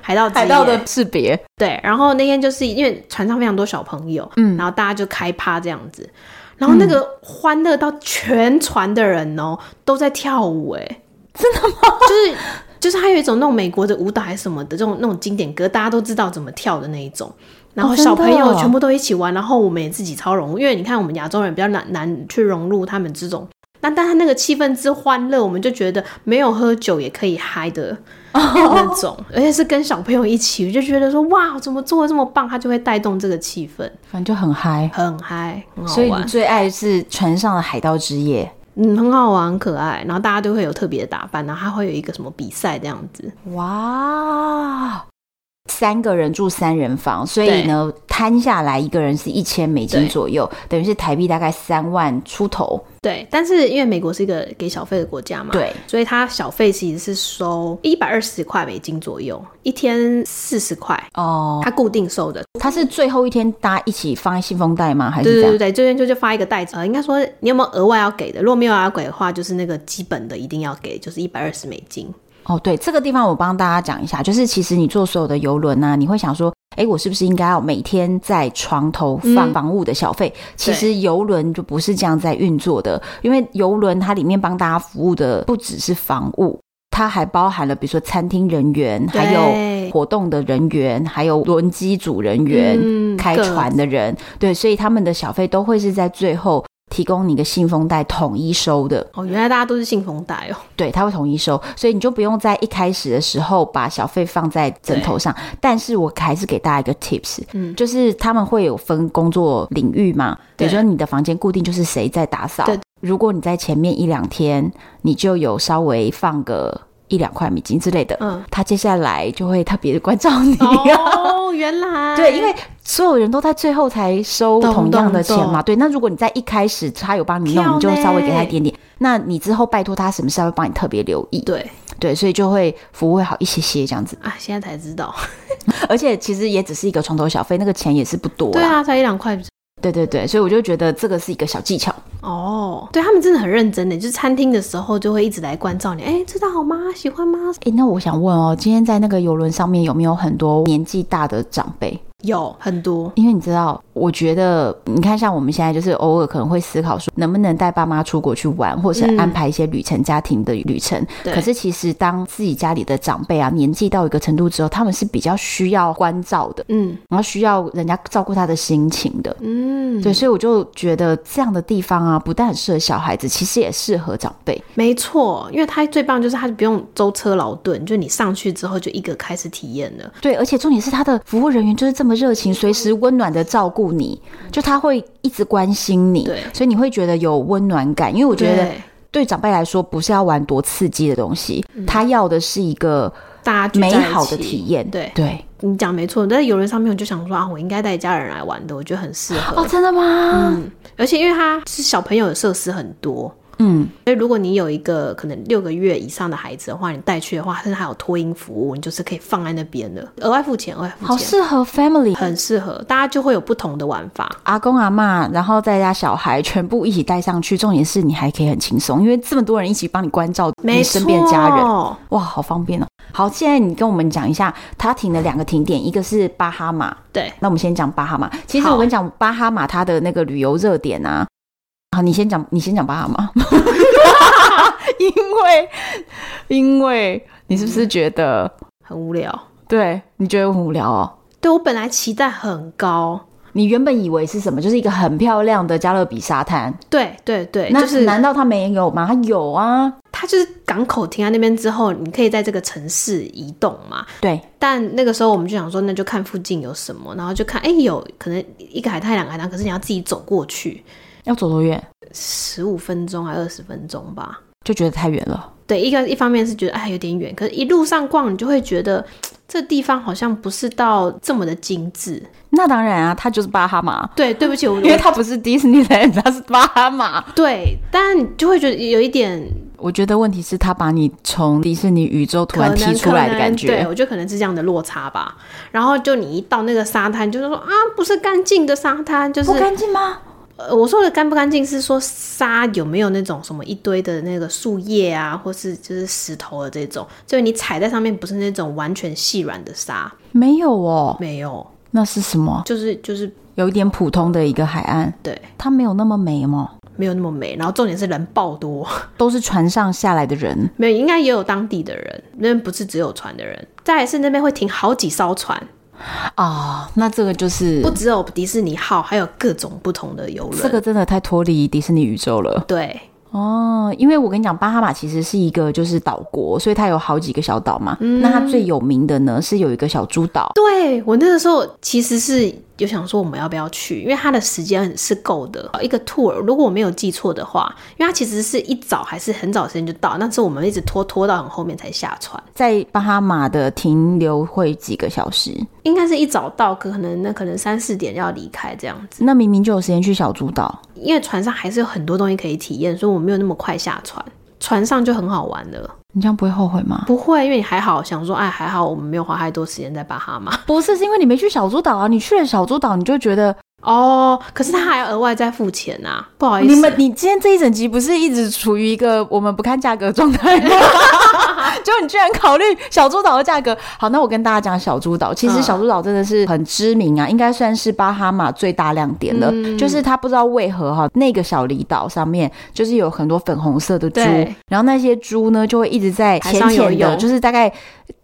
Speaker 1: 海盗的海
Speaker 2: 海盗之夜
Speaker 1: 盗 的识别，
Speaker 2: 对，然后那天就是因为船上非常多小朋友，
Speaker 1: 嗯
Speaker 2: 然后大家就开趴这样子，然后那个欢乐到全船的人哦、都在跳舞、哎，真的吗？就是就是还有一种那种美国的舞蹈还是什么的这种那种经典歌，大家都知道怎么跳的那一种。然后
Speaker 1: 哦真的
Speaker 2: 小朋友
Speaker 1: 哦
Speaker 2: 全部都一起玩，然后我们也自己超融入，因为你看我们亚洲人比较难难去融入他们这种。那但他那个气氛之欢乐，我们就觉得没有喝酒也可以嗨的那 种，而且是跟小朋友一起，我就觉得说哇，怎么做的这么棒，他就会带动这个气氛，
Speaker 1: 反正就很嗨。
Speaker 2: 很嗨，很好
Speaker 1: 所以你
Speaker 2: 玩，
Speaker 1: 最爱是船上的海盗之夜，
Speaker 2: 嗯，很好玩，很可爱。然后大家都会有特别的打扮，然后还会有一个什么比赛这样子，
Speaker 1: 哇！哦三个人住三人房，所以
Speaker 2: 对
Speaker 1: 呢，摊下来一个人是一千美金
Speaker 2: 对
Speaker 1: 左右，等于是台币大概三万出头。
Speaker 2: 对。但是因为美国是一个给小费的国家嘛，
Speaker 1: 对，
Speaker 2: 所以它小费其实是收一百二十块美金左右，一天四十块，
Speaker 1: 哦，
Speaker 2: 它固定收的。
Speaker 1: 他是最后一天大家一起放在信封袋吗？还
Speaker 2: 对
Speaker 1: 是这
Speaker 2: 对
Speaker 1: 样？
Speaker 2: 对对，这边就就发一个袋子，呃，应该说你有没有额外要给的？如果没有要给的话，就是那个基本的一定要给，就是一百二十美金。
Speaker 1: 哦，对，这个地方我帮大家讲一下，就是其实你坐所有的游轮啊，你会想说，哎，我是不是应该要每天在床头放
Speaker 2: 嗯
Speaker 1: 房务的小费？其实游轮就不是这样在运作的，因为游轮它里面帮大家服务的不只是房务。它还包含了，比如说餐厅人员，还有
Speaker 2: 对
Speaker 1: 活动的人员，还有轮机组人员、
Speaker 2: 嗯
Speaker 1: 开
Speaker 2: 各
Speaker 1: 船的人，对，所以他们的小费都会是在最后提供你一个信封袋统一收的。
Speaker 2: 哦，原来大家都是信封袋哦。
Speaker 1: 对，他会统一收，所以你就不用在一开始的时候把小费放在枕头上。但是我还是给大家一个 tips，
Speaker 2: 嗯，
Speaker 1: 就是他们会有分工作领域嘛，比如
Speaker 2: 对
Speaker 1: 说你的房间固定就是谁在打扫
Speaker 2: 对，
Speaker 1: 如果你在前面一两天，你就有稍微放个一两块美金之类的，
Speaker 2: 嗯，
Speaker 1: 他接下来就会特别的关照你。 啊
Speaker 2: 哦，原来
Speaker 1: 对，因为所有人都在最后才收
Speaker 2: 懂
Speaker 1: 同样的钱
Speaker 2: 懂
Speaker 1: 嘛。对，那如果你在一开始他有帮你弄，
Speaker 2: 跳
Speaker 1: 你就稍微给他一
Speaker 2: 呢
Speaker 1: 点点。那你之后拜托他什么事，他会帮你特别留意。
Speaker 2: 对
Speaker 1: 对，所以就会服务会好一些些这样子，
Speaker 2: 啊，现在才知道，
Speaker 1: 而且其实也只是一个床头小费，那个钱也是不多
Speaker 2: 对
Speaker 1: 啦。
Speaker 2: 啊，才一两块。
Speaker 1: 对对对，所以我就觉得这个是一个小技巧。
Speaker 2: 哦，对他们真的很认真欸的，就是餐厅的时候就会一直来关照你，哎，吃的好吗？喜欢吗？
Speaker 1: 诶，那我想问哦，今天在那个游轮上面有没有很多年纪大的长辈？
Speaker 2: 有很多，
Speaker 1: 因为你知道，我觉得你看，像我们现在就是偶尔可能会思考说，能不能带爸妈出国去玩，或是
Speaker 2: 嗯
Speaker 1: 安排一些旅程、家庭的旅程。
Speaker 2: 对
Speaker 1: 可是其实当自己家里的长辈啊，年纪到一个程度之后，他们是比较需要关照的，
Speaker 2: 嗯
Speaker 1: 然后需要人家照顾他的心情的。
Speaker 2: 嗯，
Speaker 1: 对，所以我就觉得这样的地方啊，不但很适合小孩子，其实也适合长辈。
Speaker 2: 没错，因为它最棒就是它不用舟车劳顿，就你上去之后就一个开始体验了。
Speaker 1: 对，而且重点是他的服务人员就是这么热情，随时温暖的照顾你，就他会一直关心你，
Speaker 2: 对
Speaker 1: 所以你会觉得有温暖感。因为我觉得
Speaker 2: 对
Speaker 1: 对长辈来说，不是要玩多刺激的东西，他要的是一个
Speaker 2: 大家嗯聚在
Speaker 1: 美
Speaker 2: 一起
Speaker 1: 好的体验。
Speaker 2: 对
Speaker 1: 对，
Speaker 2: 你讲没错，但是游轮上面我就想说啊，我应该带家人来玩的，我觉得很适合。
Speaker 1: 哦，真的吗？
Speaker 2: 嗯，而且因为它是小朋友的设施很多，
Speaker 1: 嗯，
Speaker 2: 所以如果你有一个可能六个月以上的孩子的话，你带去的话，甚至还有托婴服务，你就是可以放在那边的，额外付钱，额外付
Speaker 1: 好
Speaker 2: 钱，
Speaker 1: 适合 family。
Speaker 2: 很适合，大家就会有不同的玩法。
Speaker 1: 阿公阿妈，然后再加小孩，全部一起带上去。重点是你还可以很轻松，因为这么多人一起帮你关照
Speaker 2: 没
Speaker 1: 你身边的家人。
Speaker 2: 错
Speaker 1: 哇，好方便哦！好，现在你跟我们讲一下它停的两个停点，一个是巴哈马，
Speaker 2: 对，
Speaker 1: 那我们先讲巴哈马。其实
Speaker 2: 好
Speaker 1: 我跟你讲，巴哈马它的那个旅游热点啊，好，你先讲，你先讲巴哈 马，因为因为你是不是觉得，
Speaker 2: 很无聊。
Speaker 1: 对你觉得很无聊哦？
Speaker 2: 对我本来期待很高，
Speaker 1: 你原本以为是什么，就是一个很漂亮的加勒比沙滩，
Speaker 2: 对对对，
Speaker 1: 那
Speaker 2: 就是
Speaker 1: 难道它没有吗？它有啊，
Speaker 2: 它就是港口停在那边之后，你可以在这个城市移动嘛。
Speaker 1: 对，
Speaker 2: 但那个时候我们就想说，那就看附近有什么，然后就看，哎，有可能一个海滩两个海滩，可是你要自己走过去，
Speaker 1: 要走多远
Speaker 2: 十五分钟还二十分钟吧。
Speaker 1: 就觉得太远了。
Speaker 2: 对，一个一方面是觉得哎有点远，可是一路上逛你就会觉得这地方好像不是到这么的精致。
Speaker 1: 那当然啊，它就是巴哈马，
Speaker 2: 对，对不起，我
Speaker 1: 因为它不是 Disneyland，它是巴哈马。
Speaker 2: 对，但你就会觉得有一点
Speaker 1: 我觉得问题是，他把你从迪士尼宇宙突
Speaker 2: 可
Speaker 1: 然
Speaker 2: 能
Speaker 1: 踢出来的感
Speaker 2: 可能
Speaker 1: 觉
Speaker 2: 对，。我觉得可能是这样的落差吧。然后就你一到那个沙滩，就是说啊，不是干净的沙滩，就是
Speaker 1: 净吗？
Speaker 2: 呃，我说的干不干净是说沙有没有那种什么一堆的那个树叶啊，或是就是石头的这种，就是你踩在上面不是那种完全细软的沙，
Speaker 1: 没有哦，
Speaker 2: 没有，
Speaker 1: 那是什么？
Speaker 2: 就是就是
Speaker 1: 有一点普通的一个海岸，
Speaker 2: 对，
Speaker 1: 它没有那么美吗？
Speaker 2: 没有那么美。然后重点是人爆多，
Speaker 1: 都是船上下来的人，
Speaker 2: 没有，应该也有当地的人，那边不是只有船的人。再来是那边会停好几艘船，
Speaker 1: 啊、那这个就是
Speaker 2: 不只有迪士尼号，还有各种不同的游轮。
Speaker 1: 这个真的太脱离迪士尼宇宙了
Speaker 2: 对，
Speaker 1: 哦。因为我跟你讲，巴哈马其实是一个就是岛国，所以它有好几个小岛嘛。那它最有名的呢是有一个小猪岛，
Speaker 2: 对我那个时候其实是有想说我们要不要去，因为它的时间是够的，一个 tour 如果我没有记错的话，因为它其实是一早还是很早时间就到，但是我们一直拖拖到很后面才下船，
Speaker 1: 在巴哈马的停留会几个小时，
Speaker 2: 应该是一早到，可能那可能三四点要离开这样子，
Speaker 1: 那明明就有时间去小猪岛。
Speaker 2: 因为船上还是有很多东西可以体验，所以我没有那么快下船。船上就很好玩了，
Speaker 1: 你这样不会后悔吗？
Speaker 2: 不会，因为你还好想说，哎，还好我们没有花太多时间在巴哈马
Speaker 1: 不是，是因为你没去小猪岛啊！你去了小猪岛，你就觉得
Speaker 2: 哦。可是他还要额外再付钱啊，不好意思，
Speaker 1: 你们你今天这一整集不是一直处于一个我们不看价格的状态 吗？就你居然考虑小猪岛的价格。好，那我跟大家讲小猪岛，其实
Speaker 2: 嗯
Speaker 1: 小猪岛真的是很知名啊，应该算是巴哈马最大亮点了。
Speaker 2: 嗯
Speaker 1: 就是它不知道为何哈，那个小离岛上面就是有很多粉红色的猪
Speaker 2: 对，
Speaker 1: 然后那些猪呢就会一直在
Speaker 2: 海
Speaker 1: 浅
Speaker 2: 上游
Speaker 1: 浅的，
Speaker 2: 泳嗯
Speaker 1: 就是大概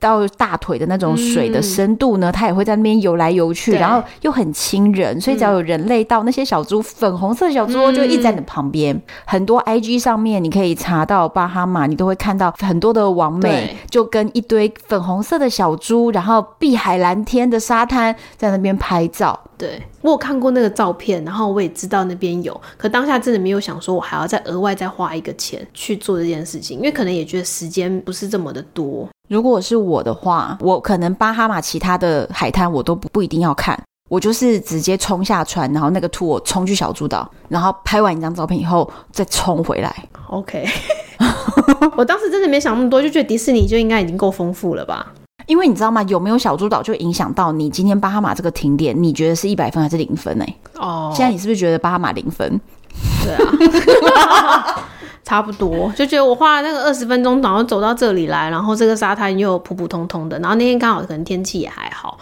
Speaker 1: 到大腿的那种水的深度呢，它也会在那边游来游去，
Speaker 2: 对
Speaker 1: 然后又很亲人，所以只要有人类到，那些小猪粉红色的小猪哦就一直在你
Speaker 2: 嗯
Speaker 1: 的旁边。很多 IG 上面你可以查到巴哈马，你都会看到很多的网美
Speaker 2: 对
Speaker 1: 就跟一堆粉红色的小猪，然后碧海蓝天的沙滩在那边拍照。
Speaker 2: 对我有看过那个照片，然后我也知道那边有，可当下真的没有想说我还要再额外再花一个钱去做这件事情，因为可能也觉得时间不是这么的多。
Speaker 1: 如果是我的话，我可能巴哈马其他的海滩我都不不一定要看，我就是直接冲下船，然后那个 tour 我冲去小猪岛，然后拍完一张照片以后再冲回来。
Speaker 2: OK，我当时真的没想那么多，就觉得迪士尼就应该已经够丰富了吧？
Speaker 1: 因为你知道吗？有没有小猪岛就影响到你今天巴哈马这个停点，你觉得是一百分还是零分呢、
Speaker 2: 哦
Speaker 1: 现在你是不是觉得巴哈马零分？
Speaker 2: 对啊，差不多，就觉得我花了那个二十分钟，然后走到这里来，然后这个沙滩又普普通通的，然后那天刚好可能天气也还好。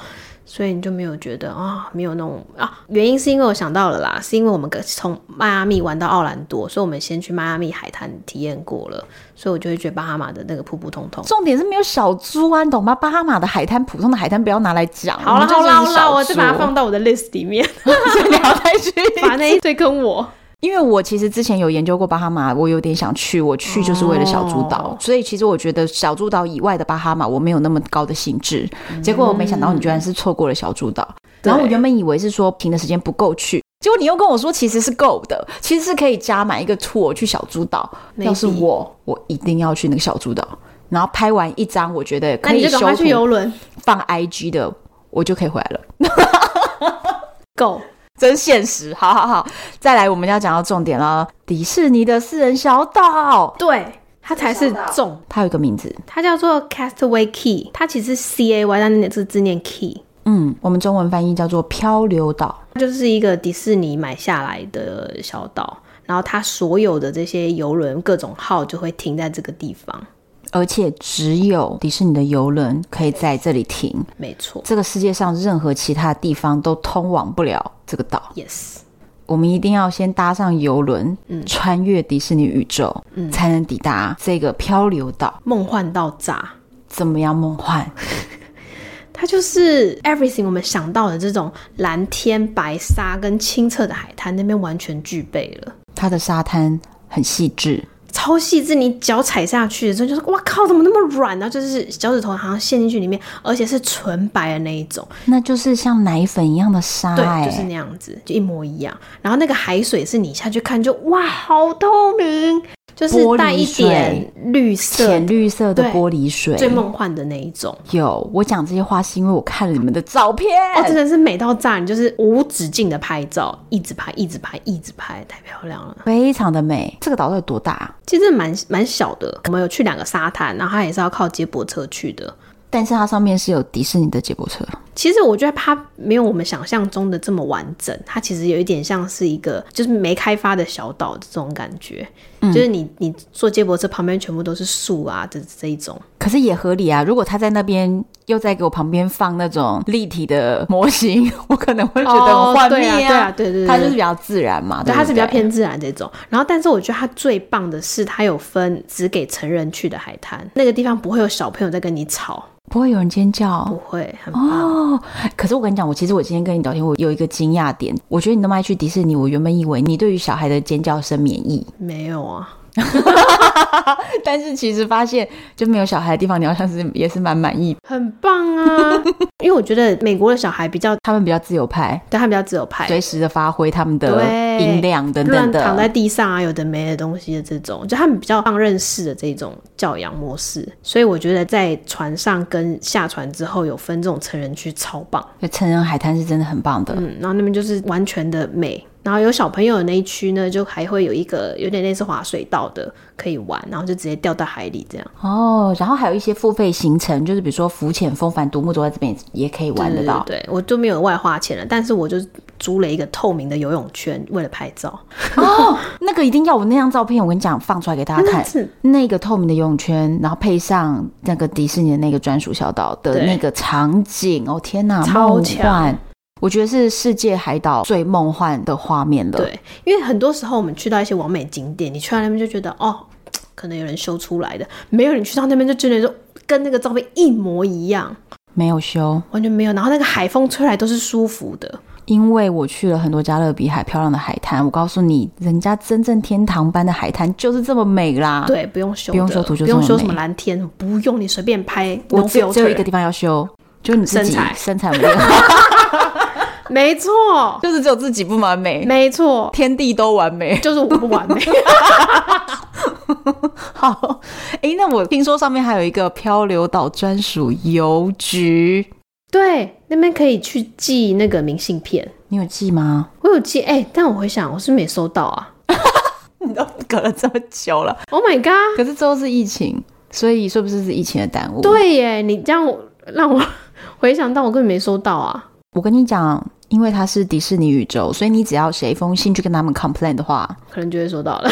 Speaker 2: 所以你就没有觉得啊、没有那种啊？原因是因为我想到了啦，是因为我们跟从迈阿密玩到奥兰多，所以我们先去迈阿密海滩体验过了，所以我就会觉得巴哈马的那个普普通通。
Speaker 1: 重点是没有小猪啊，你懂吗？巴哈马的海滩，普通的海滩不要拿来讲。
Speaker 2: 好了
Speaker 1: 我们就
Speaker 2: 好了好
Speaker 1: 是小
Speaker 2: 了，我
Speaker 1: 猪
Speaker 2: 再把它放，到我的 list 里面，
Speaker 1: 所以你要再去。
Speaker 2: 把那一堆跟我。
Speaker 1: 因为我其实之前有研究过巴哈马，我有点想去，我去就是为了小猪岛，
Speaker 2: 哦
Speaker 1: 所以其实我觉得小猪岛以外的巴哈马我没有那么高的兴致。结果我没想到你居然是错过了小猪岛，然后我
Speaker 2: 嗯对
Speaker 1: 原本以为是说停的时间不够去。结果你又跟我说，其实是够的，其实是可以加买一个 tour 去小猪岛。
Speaker 2: Maybe
Speaker 1: 要是我，我一定要去那个小猪岛，然后拍完一张，我觉得
Speaker 2: 那
Speaker 1: 可
Speaker 2: 你
Speaker 1: 以
Speaker 2: 就赶
Speaker 1: 修
Speaker 2: 快去
Speaker 1: 图
Speaker 2: 游轮
Speaker 1: 放 IG 的，我就可以回来了。
Speaker 2: ，Go！
Speaker 1: 真现实，好好好，再来我们要讲到重点了，迪士尼的私人小岛，
Speaker 2: 对，它才是重
Speaker 1: 它有一个名字，
Speaker 2: 它叫做 Castaway Key，它其实是 C A Y，但那个是字念 Key，
Speaker 1: 嗯，我们中文翻译叫做漂流岛。
Speaker 2: 它就是一个迪士尼买下来的小岛，然后它所有的这些游轮各种号就会停在这个地方，
Speaker 1: 而且只有迪士尼的游轮可以在这里停，
Speaker 2: 没错
Speaker 1: 这个世界上任何其他地方都通往不了这个岛。
Speaker 2: ，Yes，
Speaker 1: 我们一定要先搭上游轮，穿越迪士尼宇宙，才能抵达这个漂流岛。
Speaker 2: 梦幻到炸。
Speaker 1: 怎么样梦幻？
Speaker 2: 它就是 everything 我们想到的这种蓝天白沙跟清澈的海滩那边完全具备了。
Speaker 1: 它的沙滩很细致，
Speaker 2: 超细致，你脚踩下去的时候就是哇靠，怎么那么软呢、就是脚趾头好像陷进去里面，而且是纯白的那一种，
Speaker 1: 那就是像奶粉一样的沙、
Speaker 2: 对，
Speaker 1: 哎，
Speaker 2: 就是那样子，就一模一样。然后那个海水是你下去看就哇，好透明，就是
Speaker 1: 玻璃
Speaker 2: 带一点绿色
Speaker 1: 浅，绿色的
Speaker 2: 对
Speaker 1: 玻璃水。
Speaker 2: 最梦幻的那一种。
Speaker 1: 有，我讲这些话是因为我看了你们的照片。
Speaker 2: 哦，真的是美到炸！你就是无止境的拍照，一直拍，一直拍，一直拍，太漂亮了。
Speaker 1: 非常的美，这个岛到底有多大啊、
Speaker 2: 其实蛮蛮小的，我们有去两个沙滩，然后它也是要靠接驳车去的。
Speaker 1: 但是它上面是有迪士尼的接驳车，
Speaker 2: 其实我觉得它没有我们想象中的这么完整，它其实有一点像是一个就是没开发的小岛这种感觉，就是你你坐接驳车旁边全部都是树啊，这这一种。
Speaker 1: 可是也合理啊。如果他在那边又在给我旁边放那种立体的模型，我可能会觉得
Speaker 2: 哦
Speaker 1: 很幻
Speaker 2: 对啊
Speaker 1: 灭
Speaker 2: 对啊对对对
Speaker 1: 它就是比较自然嘛，
Speaker 2: 对，
Speaker 1: 对，
Speaker 2: 它是比较。偏自然这种。然后，但是我觉得它最棒的是，它有分只给成人去的海滩，那个地方不会有小朋友在跟你吵，
Speaker 1: 不会有人尖叫
Speaker 2: 不会，很棒。
Speaker 1: 哦。可是我跟你讲，我其实我今天跟你聊天，我有一个惊讶点，我觉得你那么爱去迪士尼，我原本以为你对于小孩的尖叫声免疫，
Speaker 2: 没有啊，
Speaker 1: 但是其实发现就没有小孩的地方，你好像是也是蛮满意，
Speaker 2: 很棒啊！ 因为我觉得美国的小孩比较，
Speaker 1: 他们比较自由派，
Speaker 2: 对他比较自由派，
Speaker 1: 随时的发挥他们的
Speaker 2: 对
Speaker 1: 音量等等
Speaker 2: 乱躺在
Speaker 1: 的。
Speaker 2: 地上啊，有的没的东西的这种，就他们比较放任式的这种教养模式，所以我觉得在船上跟下船之后有分这种成人区超棒，
Speaker 1: 就成人海滩是真的很棒的，
Speaker 2: 嗯，然后那边就是完全的美，然后有小朋友的那一区呢，就还会有一个有点类似滑水道的可以玩，然后就直接掉到海里这样，
Speaker 1: 哦，然后还有一些付费行程，就是比如说浮潜、风帆、独木舟，在这边也可以玩得到。
Speaker 2: 对对对对我就没有外花钱了，但是我就租了一个透明的游泳圈，为了拍照，
Speaker 1: 哦，那个一定要我那张照片，我跟你讲，放出来给大家看。
Speaker 2: 是
Speaker 1: 那个透明的游泳圈，然后配上那个迪士尼的那个专属小岛的
Speaker 2: 对
Speaker 1: 那个场景，哦天哪，
Speaker 2: 超
Speaker 1: 梦
Speaker 2: 强
Speaker 1: 幻！我觉得是世界海岛最梦幻的画面了。
Speaker 2: 对，因为很多时候我们去到一些完美景点，你去到那边就觉得哦，可能有人修出来的，没有人去到那边就真的就跟那个照片一模一样，
Speaker 1: 没有修，
Speaker 2: 完全没有。然后那个海风吹来都是舒服的，
Speaker 1: 因为我去了很多加勒比海漂亮的海滩，我告诉你，人家真正天堂般的海滩就是这么美啦。，
Speaker 2: 对，不用
Speaker 1: 啊
Speaker 2: 修的，
Speaker 1: 不用修图就
Speaker 2: 不
Speaker 1: 这
Speaker 2: 用
Speaker 1: 么
Speaker 2: 修什么
Speaker 1: 美
Speaker 2: 蓝天，不用你随便拍
Speaker 1: 我
Speaker 2: no
Speaker 1: 只有只有一个
Speaker 2: filter，
Speaker 1: 地方要修，就你自己
Speaker 2: 身材
Speaker 1: 身材没有，
Speaker 2: 没错，
Speaker 1: 就是只有自己不完美，
Speaker 2: 没错，
Speaker 1: 天地都完美。
Speaker 2: 就是我不完 美。
Speaker 1: 好，诶，那我听说上面还有一个漂流岛专属邮局，
Speaker 2: 对，那边可以去寄那个明信片，
Speaker 1: 你有寄吗？
Speaker 2: 我有寄，哎、但我回想我是没收到啊。
Speaker 1: 你都隔了这么久了，
Speaker 2: Oh my god！
Speaker 1: 可是之后是疫情，所以是不是是疫情的耽误？，
Speaker 2: 对耶，你这样让我回想到，我根本没收到啊。
Speaker 1: 我跟你讲，因为它是迪士尼宇宙，所以你只要写一封信去跟他们 complain 的话，
Speaker 2: 可能就会收到了。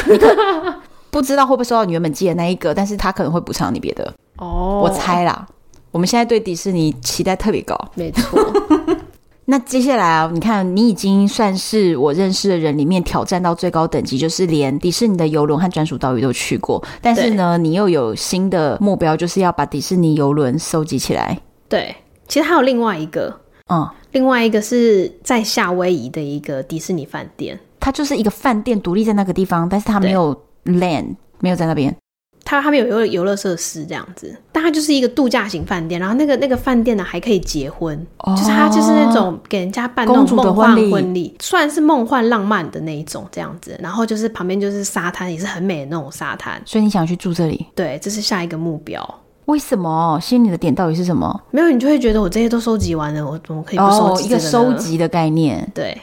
Speaker 1: 不知道会不会收到你原本寄的那一个，但是他可能会补偿你别的，
Speaker 2: 哦
Speaker 1: 我猜啦。我们现在对迪士尼期待特别高。
Speaker 2: 没错，
Speaker 1: 那接下来啊，你看，你已经算是我认识的人里面挑战到最高等级，就是连迪士尼的游轮和专属岛屿都去过。但是呢，你又有新的目标，就是要把迪士尼游轮收集起来。
Speaker 2: 对。其实还有另外一个，
Speaker 1: 嗯，
Speaker 2: 另外一个是在夏威夷的一个迪士尼饭店，
Speaker 1: 它就是一个饭店独立在那个地方，但是它
Speaker 2: 对
Speaker 1: 没有 land，没有在那边。
Speaker 2: 它他们有游乐游乐设施这样子，但它就是一个度假型饭店。然后那个那个饭店呢还可以结婚，就是它就是那种给人家办那
Speaker 1: 哦公
Speaker 2: 种
Speaker 1: 主的
Speaker 2: 梦幻
Speaker 1: 婚礼
Speaker 2: 婚礼，算是梦幻浪漫的那一种这样子。然后就是旁边就是沙滩，也是很美的那种沙滩。
Speaker 1: 所以你想去住这里？
Speaker 2: 对，这是下一个目标。
Speaker 1: 为什么？吸引你的点到底是什么？
Speaker 2: 没有，你就会觉得我这些都收集完了，我怎么可以不收
Speaker 1: 哦，
Speaker 2: 集、
Speaker 1: 一个收。集的概念。
Speaker 2: 对，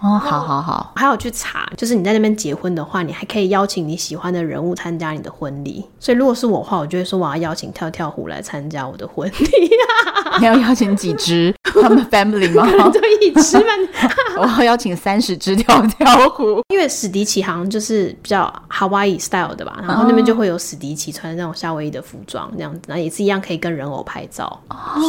Speaker 1: 哦，好好好，
Speaker 2: 还有去查，就是你在那边结婚的话，你还可以邀请你喜欢的人物参加你的婚礼。所以如果是我的话，我就会说我要邀请跳跳虎来参加我的婚礼，
Speaker 1: 你要邀请几只？ 他们 family 吗？
Speaker 2: 就一起吃饭。
Speaker 1: 我要邀请三十只跳跳虎。
Speaker 2: 因为史迪奇好像就是比较 Hawaii style 的吧，然后那边就会有史迪奇穿那种夏威夷的服装这样子，然后也是一样可以跟人偶拍照，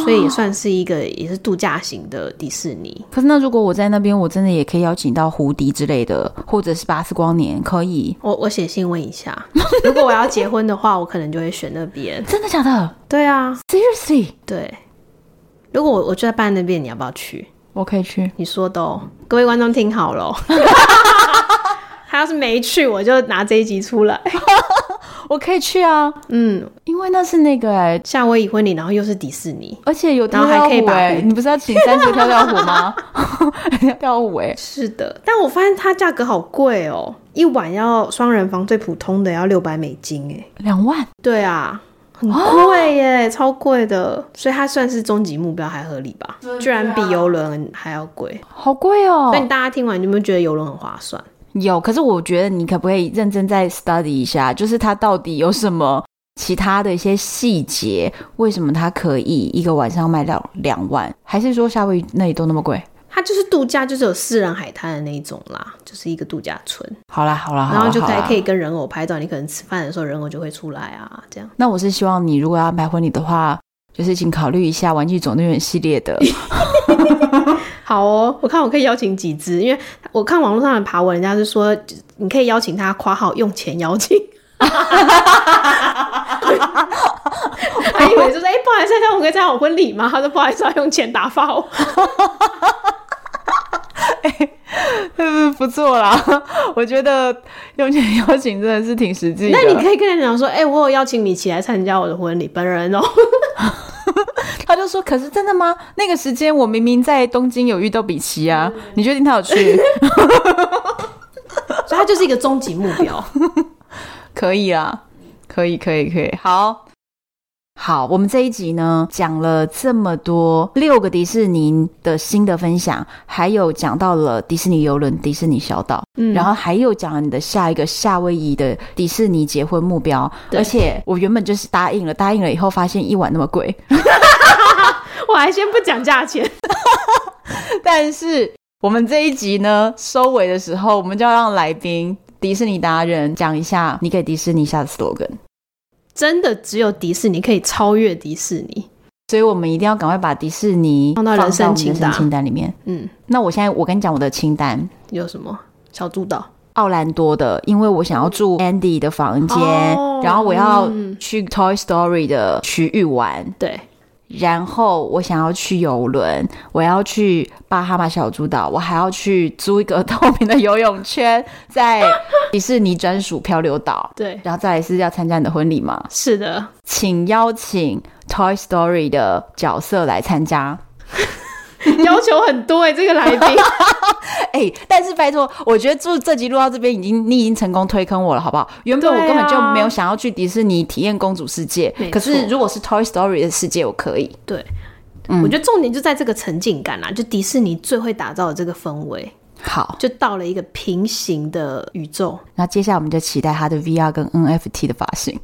Speaker 2: 所以也算是一个也是度假型的迪士尼。
Speaker 1: 可是那如果我在那边，我真的也可以邀请到胡迪之类的，或者是巴斯光年，可以？
Speaker 2: 我我写信问一下，如果我要结婚的话，我可能就会选那边。
Speaker 1: 真的假的
Speaker 2: 对啊，
Speaker 1: ？Seriously？
Speaker 2: 对，如果我我就在办那边，你要不要去？
Speaker 1: 我可以去。
Speaker 2: 你说的哦，各位观众听好了哦。 他要是没去，我就拿这一集出来。
Speaker 1: 我可以去啊，
Speaker 2: 嗯，
Speaker 1: 因为那是那个哎、
Speaker 2: 夏威夷婚礼，然后又是迪士尼，
Speaker 1: 而且有跳
Speaker 2: 然后
Speaker 1: 跳
Speaker 2: 还可以
Speaker 1: 虎
Speaker 2: 把
Speaker 1: 哎、
Speaker 2: 虎
Speaker 1: 你不是要请三十个跳跳虎吗？ 跳舞哎、
Speaker 2: 是的。但我发现它价格好贵哦，一晚要双人房最普通的要六百美金哎。
Speaker 1: 两万，
Speaker 2: 对啊，很贵耶，超贵的。所以它算是终极目标，还合理吧？居然比游轮还要贵。
Speaker 1: 好贵哦
Speaker 2: 所以。你大家听完，你有没有觉得游轮很划算？
Speaker 1: 有，可是我觉得你可不可以认真再 study 一下，就是它到底有什么其他的一些细节？为什么它可以一个晚上卖到两万？还是说夏威夷那里都那么贵？
Speaker 2: 它就是度假，就是有私人海滩的那一种啦，就是一个度假村，
Speaker 1: 好啦好啦，好啦
Speaker 2: 然后就
Speaker 1: 好
Speaker 2: 还
Speaker 1: 啦
Speaker 2: 可以跟人偶拍照。你可能吃饭的时候，人偶就会出来啊，这样。
Speaker 1: 那我是希望你如果要安排婚礼的话，就是请考虑一下《玩具总动员》系列 的。
Speaker 2: 好哦，我看我可以邀请几只，因为我看网络上的爬文，人家是说你可以邀请他，括号用钱邀请。 还以为就是哎、不好意思，那我可以参加我婚礼吗？他说不好意思，要用钱打发我。
Speaker 1: 嗯，不错啦，我觉得用钱邀请真的是挺实际的。
Speaker 2: 那你可以跟人讲说，哎、我有邀请米奇来参加我的婚礼，本人哦。
Speaker 1: 他就说：“可是真的吗？那个时间我明明在东京有遇到比奇啊，你确定他有去？
Speaker 2: 所以他就是一个终极目标。
Speaker 1: 可以啊，可以，可以，可以。好，好，我们这一集呢讲了这么多六个迪士尼的新的分享，还有讲到了迪士尼游轮、迪士尼小岛，
Speaker 2: 嗯
Speaker 1: 然后还有讲了你的下一个夏威夷的迪士尼结婚目标。
Speaker 2: 对
Speaker 1: 而且我原本就是答应了，答应了以后发现一晚那么贵，
Speaker 2: 我还先不讲价钱，
Speaker 1: 但是我们这一集呢，收尾的时候，我们就要让来宾迪士尼达人讲一下你给迪士尼下的 slogan，
Speaker 2: 真的只有迪士尼可以超越迪士尼。
Speaker 1: 所以我们一定要赶快把迪士尼
Speaker 2: 放到人生
Speaker 1: 我们的
Speaker 2: 清单
Speaker 1: 清单里面。
Speaker 2: 嗯，
Speaker 1: 那我现在我跟你讲我的清单。
Speaker 2: 有什么小猪岛？
Speaker 1: 奥兰多的，因为我想要住 Andy 的房间，
Speaker 2: 哦
Speaker 1: 然后我要
Speaker 2: 嗯
Speaker 1: 去 Toy Story 的区域玩，
Speaker 2: 对，
Speaker 1: 然后我想要去游轮，我要去巴哈马小猪岛，我还要去租一个透明的游泳圈，在迪士尼专属漂流岛。
Speaker 2: 对，
Speaker 1: 然后再来是要参加你的婚礼嘛，
Speaker 2: 是的，
Speaker 1: 请邀请 Toy Story 的角色来参加。
Speaker 2: 要求很多哎、这个来宾。
Speaker 1: 哎、但是拜托，我觉得就这集录到这边，已经你已经成功推坑我了，好不好？原本我
Speaker 2: 对啊
Speaker 1: 根本就没有想要去迪士尼体验公主世界，
Speaker 2: 没错
Speaker 1: 可是如果是 Toy Story 的世界，我可以。
Speaker 2: 对，
Speaker 1: 嗯
Speaker 2: 我觉得重点就在这个沉浸感啦，啊就迪士尼最会打造的这个氛围，
Speaker 1: 好，
Speaker 2: 就到了一个平行的宇宙。
Speaker 1: 那接下来我们就期待他的 VR 跟 NFT 的发型。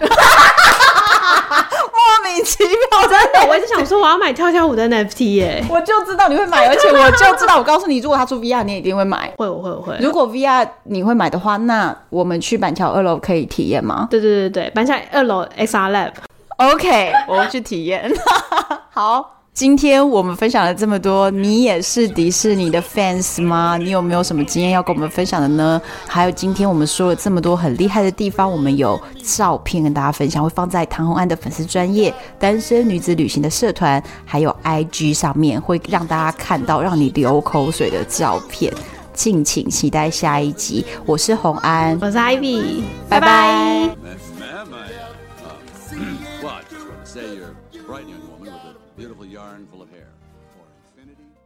Speaker 1: 莫名其妙，真
Speaker 2: 对，我一直想说我要买跳跳舞的 NFT 耶、
Speaker 1: 我就知道你会买，而且我就知道，我告诉你，如果他出 VR，你也一定会买。
Speaker 2: 会我会我会。
Speaker 1: 如果 VR 你会买的话，那我们去板桥二楼可以体验吗
Speaker 2: 对对对对，搬下二楼 XR Lab。
Speaker 1: ？OK，我会去体验。 好。今天我们分享了这么多，你也是迪士尼的 fans 吗？你有没有什么经验要跟我们分享的呢？还有今天我们说了这么多很厉害的地方，我们有照片跟大家分享，会放在唐红安的粉丝专业单身女子旅行的社团，还有 IG 上面会让大家看到让你流口水的照片。敬请期待下一集，我是红安，
Speaker 2: 我是 Ivy，
Speaker 1: 拜拜。
Speaker 3: Ma'am, I, uh, well, I just want to say you're a bright young woman with a beautiful yarn full of hair. For infinity.